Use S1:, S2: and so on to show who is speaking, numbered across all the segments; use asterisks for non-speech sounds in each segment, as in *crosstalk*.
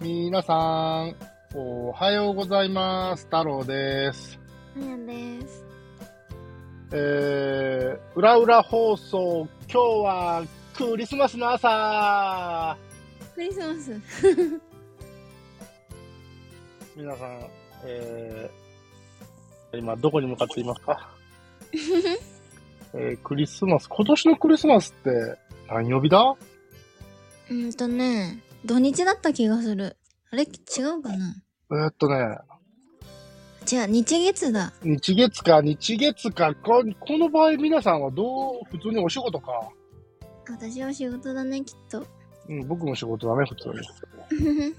S1: 皆さん、おはようございます。太郎です。
S2: はやんです。
S1: えー、裏裏放送、今日はクリスマスの朝
S2: クリスマス。
S1: 皆さん、えー、今どこに向かっていますかえー、クリスマス、今年のクリスマスって何曜日だ
S2: うんとね、土日だった気がする。あれ違うかな
S1: えーっとね、
S2: 違う、日月だ。
S1: 日月か、日月か、ここの場合皆さんはどう、普通にお仕事か。
S2: 私は仕事だね、きっ *laughs* と。
S1: うん、僕も仕事だね、普通に。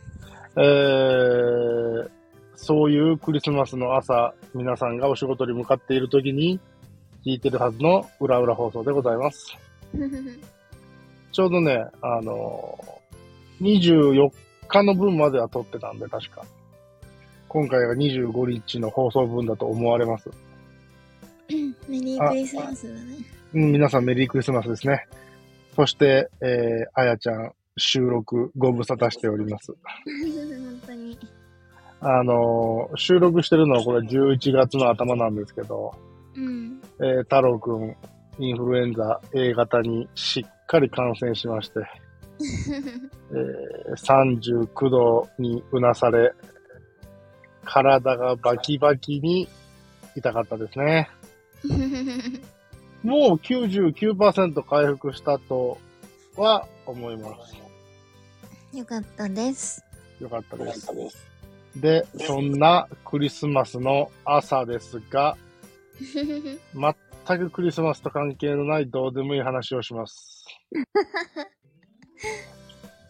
S1: えー、そういうクリスマスの朝、皆さんがお仕事に向かっている時に聞いてるはずの裏裏放送でございます。ちょうどね、あのー、24日の分までは撮ってたんで、確か。今回が25日の放送分だと思われます。
S2: メリークリスマスだね。
S1: うん皆さんメリークリスマスですね。そして、えー、あやちゃん、収録ご無沙汰しております。
S2: 本当に。
S1: あのー、収録してるのはこれ11月の頭なんですけど、
S2: うん。
S1: えー太郎くん、インフルエンザ A 型にしっかり感染しまして、えー39度にうなされ、体がバキバキに痛かったですね。もう99%回復したとは思います。
S2: よかった *laughs* です。
S1: よかったです。で、そんなクリスマスの朝ですが、全くクリスマスと関係のないどうでもいい話をします。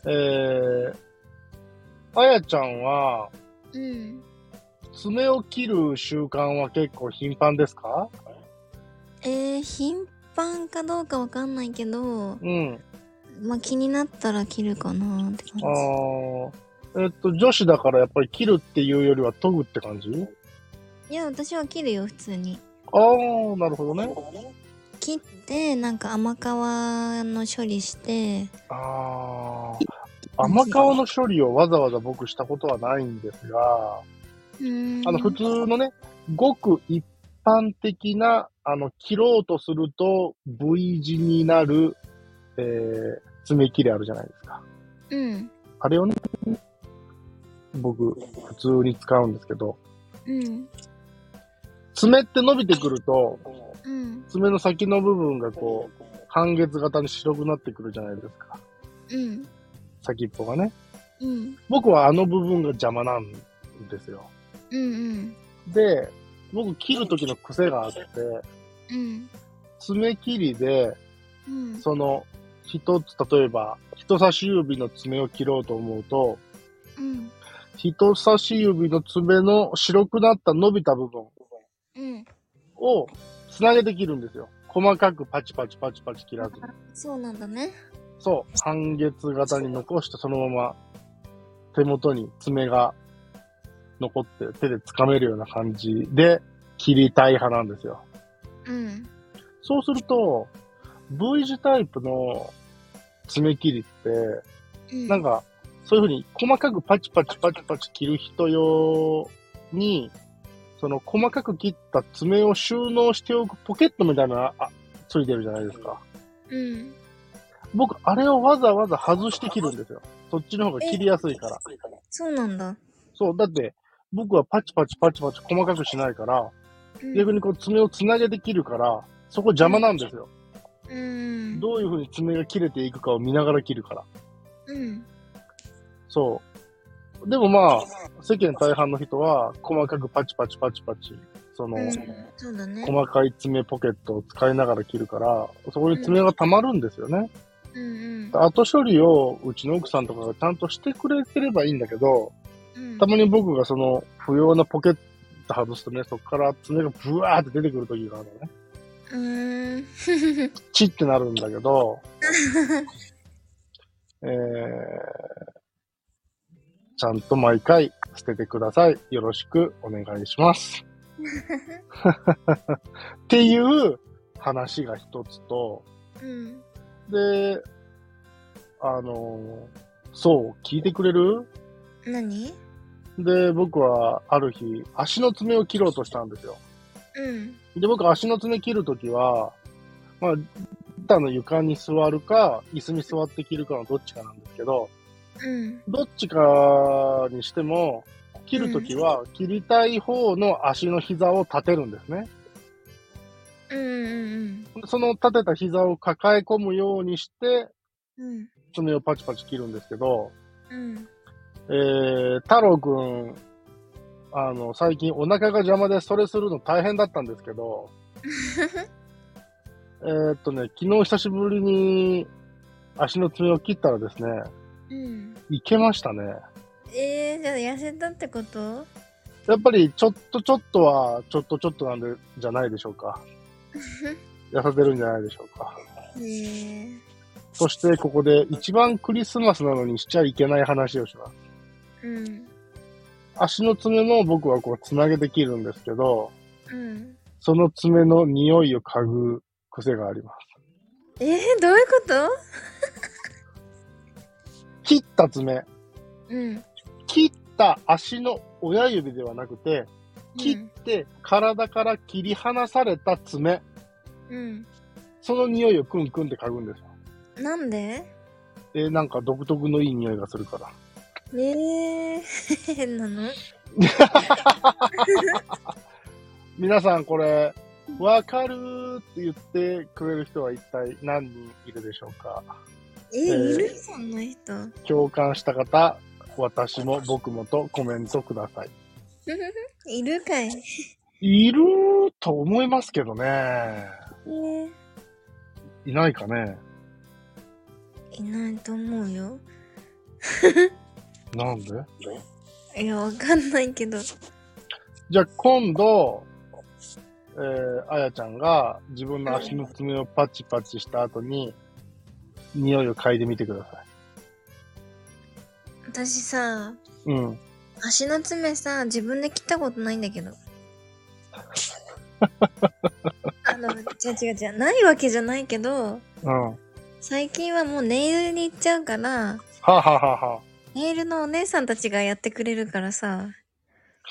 S1: えー、あやちゃんは
S2: うん。
S1: 爪を切る習慣は結構頻繁ですか
S2: えー、頻繁かどうかわかんないけど、
S1: うん。
S2: まあ、気になったら切るかなって
S1: あ
S2: 感
S1: ーえっと、女子だからやっぱり切るっていうよりは研ぐって感じ
S2: じ。いや、私は切るよ、普通に。
S1: ああ、なるほどね。
S2: 切ってなんか甘皮の処理して
S1: ああ。甘皮の処理をわざわざ僕したことはないんですが、
S2: うーん
S1: あの、普通のね、ごく一般的な、あの、切ろうとすると V 字になる、えー、爪切れあるじゃないですか。
S2: うん
S1: あれをね、僕、普通に使うんですけど、
S2: うん
S1: 爪って伸びてくると、
S2: うん
S1: 爪の先の部分がこう、半月型に白くなってくるじゃないですか。
S2: うん
S1: 先っぽがね。
S2: うん
S1: 僕はあの部分が邪魔なんですよ。
S2: うん
S1: で、僕切る時の癖があって、
S2: うん
S1: 爪切りで、
S2: うん
S1: その一つ、例えば人差し指の爪を切ろうと思うと、
S2: うん
S1: 人差し指の爪の白くなった伸びた部分
S2: うん
S1: をつなげて切るんですよ。細かくパチパチパチパチ切らずに。
S2: そうなんだね
S1: そう。半月型に残してそのまま手元に爪が残って手で掴めるような感じで切りたい派なんですよ。
S2: うん
S1: そうすると V 字タイプの爪切りって
S2: うん
S1: なんか、そういうふうに細かくパチパチパチパチ切る人用に、その細かく切った爪を収納しておくポケットみたいなのがあついてるじゃないですか。
S2: うん
S1: 僕、あれをわざわざ外して切るんですよ。そっちの方が切りやすいから。
S2: そうなんだ
S1: そう、だって、僕はパチパチパチパチ細かくしないから、
S2: うん
S1: 逆にこう爪をつなげて切るから、そこ邪魔なんですよ。
S2: うん
S1: どういうふうに爪が切れていくかを見ながら切るから。
S2: うん
S1: そう。でもまあ、世間大半の人は、細かくパチパチパチパチ、その、
S2: うんそうだね
S1: 細かい爪ポケットを使いながら切るから、そこに爪が溜まるんですよね。
S2: うんうん
S1: 後処理をうちの奥さんとかがちゃんとしてくれてればいいんだけど、
S2: うん
S1: たまに僕がその、不要なポケット外すとね、そこから爪がブワーって出てくる時があるのね。
S2: うーん
S1: チってなるんだけど、えー、ちゃんと毎回捨ててください。よろしくお願いします。っていう話が一つと、
S2: うん
S1: で、あのーそう、聞いてくれる
S2: 何
S1: で、僕はある日、足の爪を切ろうとしたんですよ。
S2: うん。
S1: で、僕足の爪切るときは、まあ、板の床に座るか、椅子に座って切るかのどっちかなんですけど、
S2: うん。
S1: どっちかにしても、切るときは、切りたい方の足の膝を立てるんですね。
S2: うんうん
S1: その立てた膝を抱え込むようにして、
S2: うん。うん。
S1: 爪をパチパチ切るんですけど、
S2: うん。
S1: えー、太郎くん、あの、最近お腹が邪魔でそれするの大変だったんですけど、えーっとね、昨日久しぶりに足の爪を切ったらですね、
S2: うん。
S1: いけましたね。
S2: えー、じゃあ痩せたってこと
S1: やっぱりちょっとちょっとは、ちょっとちょっとなんで、じゃないでしょうか。痩せてるんじゃないでしょうか。
S2: *laughs* えー、
S1: そしてここで一番クリスマスなのにしちゃいけない話をします。
S2: うん。
S1: 足の爪も僕はこうつなげて切るんですけど、
S2: うん。
S1: その爪の匂いを嗅ぐ癖があります。
S2: えー、どういうこと
S1: 切った爪、
S2: うん。
S1: 切った足の親指ではなくて、切
S2: うん
S1: って体から切り離された爪、
S2: うん。
S1: その匂いをクンクンって嗅ぐんですよ。
S2: なんで
S1: えーなんか独特のいい匂いがするから。
S2: えー、 *laughs* 変なの
S1: 皆さんこれ、わかるーって言ってくれる人は一体何人いるでしょうか
S2: えー、いるそんな人。
S1: 共感した方、私も僕もとコメントください。
S2: いるかい
S1: いると思いますけどね。
S2: えー、
S1: いないかね。
S2: いないと思うよ。
S1: なんで
S2: いや、わかんないけど。
S1: じゃあ今度、えー、あやちゃんが自分の足の爪をパチパチした後に、匂いを嗅いでみてくださ
S2: 私さ、
S1: い。うん。
S2: 足の爪さ、自分で切ったことないんだ *laughs* けど。あの、違う違う違う、ないわけじゃないけど、
S1: うん。は
S2: 最近はもうネイルに行っちゃうから、
S1: あ、はあはあはあ
S2: ネイルのお姉さんたちがやってくれるからさ、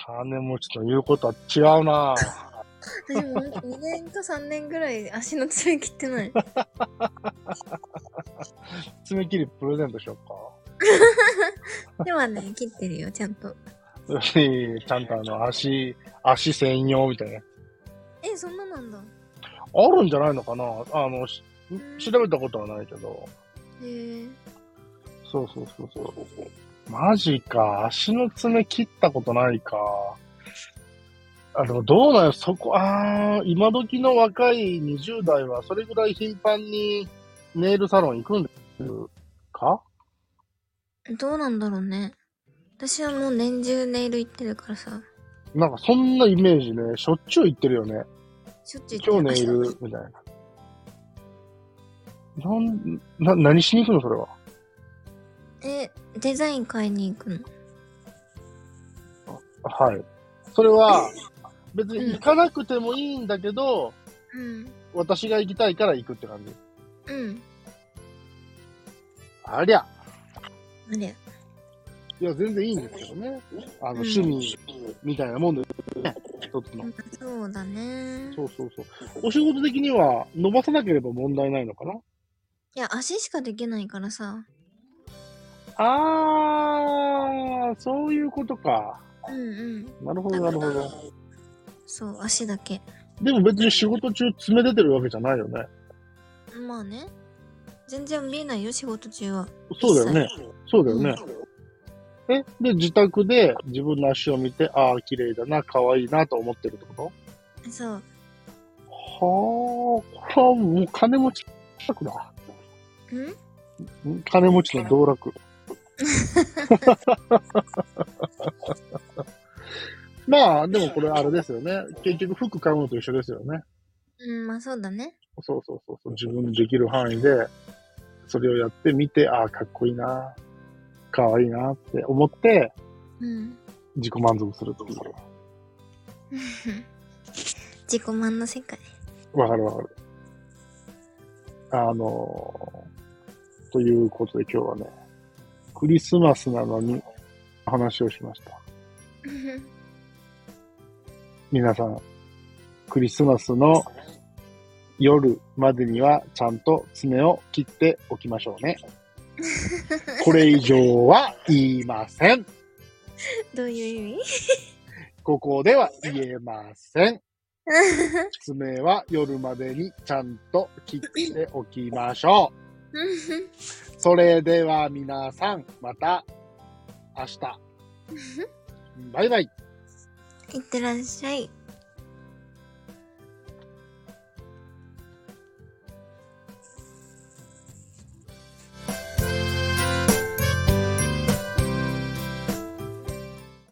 S1: 金持ちと言うことは違うな *laughs* ぁ
S2: 私も2年か3年ぐらい足の爪切ってない。
S1: 爪切りプレゼントしよっか。
S2: ではね、切ってるよ、ちゃんと。
S1: 要するにちゃんとあの足、足専用みたいな。
S2: え、そんななんだ。
S1: あるんじゃないのかなあの、し調べたことはないけど。
S2: へえ。
S1: そうそうそうそう。マジか。足の爪切ったことないか。あ、でもどうなんやそこ、あー今時の若い20代はそれぐらい頻繁にネイルサロン行くんですか
S2: どうなんだろうね。私はもう年中ネイル行ってるからさ、
S1: なんかそんなイメージね、しょっちゅう行ってるよね。
S2: しょっちゅう行
S1: 今
S2: って
S1: 日ネイルみたいな。なん、な、何しに行くのそれは。
S2: え、デザイン買いに行くの。
S1: はい。それは、別に行かなくてもいいんだけど、
S2: うん。
S1: 私が行きたいから行くって感じ。
S2: うん。
S1: ありゃ。
S2: あれ。
S1: いや、全然いいんですけどね。あの、
S2: うん
S1: 趣味みたいなもんですよね。一つの。
S2: そうだね。
S1: そうそうそう。お仕事的には伸ばさなければ問題ないのかない
S2: や、足しかできないからさ。
S1: あー、そういうことか。
S2: うんうん。
S1: なるほど、なるほど。
S2: そう、足だけ。
S1: でも別に仕事中爪出てるわけじゃないよね。
S2: まあね。全然見えないよ、仕事中は。
S1: そうだよね。そうだよね。え、で、自宅で自分の足を見て、あー、綺麗だな、可愛いなと思ってるってこと
S2: そう。
S1: はー、これはもう金持ちだくだ。
S2: うん
S1: 金持ちの道楽。まあ、でもこれあれですよね。結局服買うのと一緒ですよね。
S2: うん、まあそうだね。
S1: そうそうそうそう。自分でできる範囲で、それをやってみて、ああ、かっこいいな。かわいいなって思って、
S2: うん。 *laughs*
S1: 自己満足すると思
S2: 自己満の世界。 *laughs*
S1: う。わかるわかる。あのーということで今日はね、クリスマスなのに、話をしました。皆さん、クリスマスの夜までにはちゃんと爪を切っておきましょうね。これ以上は言いません。
S2: どういう意味
S1: ここでは言えません。爪は夜までにちゃんと切っておきましょう。
S2: *laughs*
S1: それでは皆さん、また明日。バイバイ。
S2: いってらっしゃい。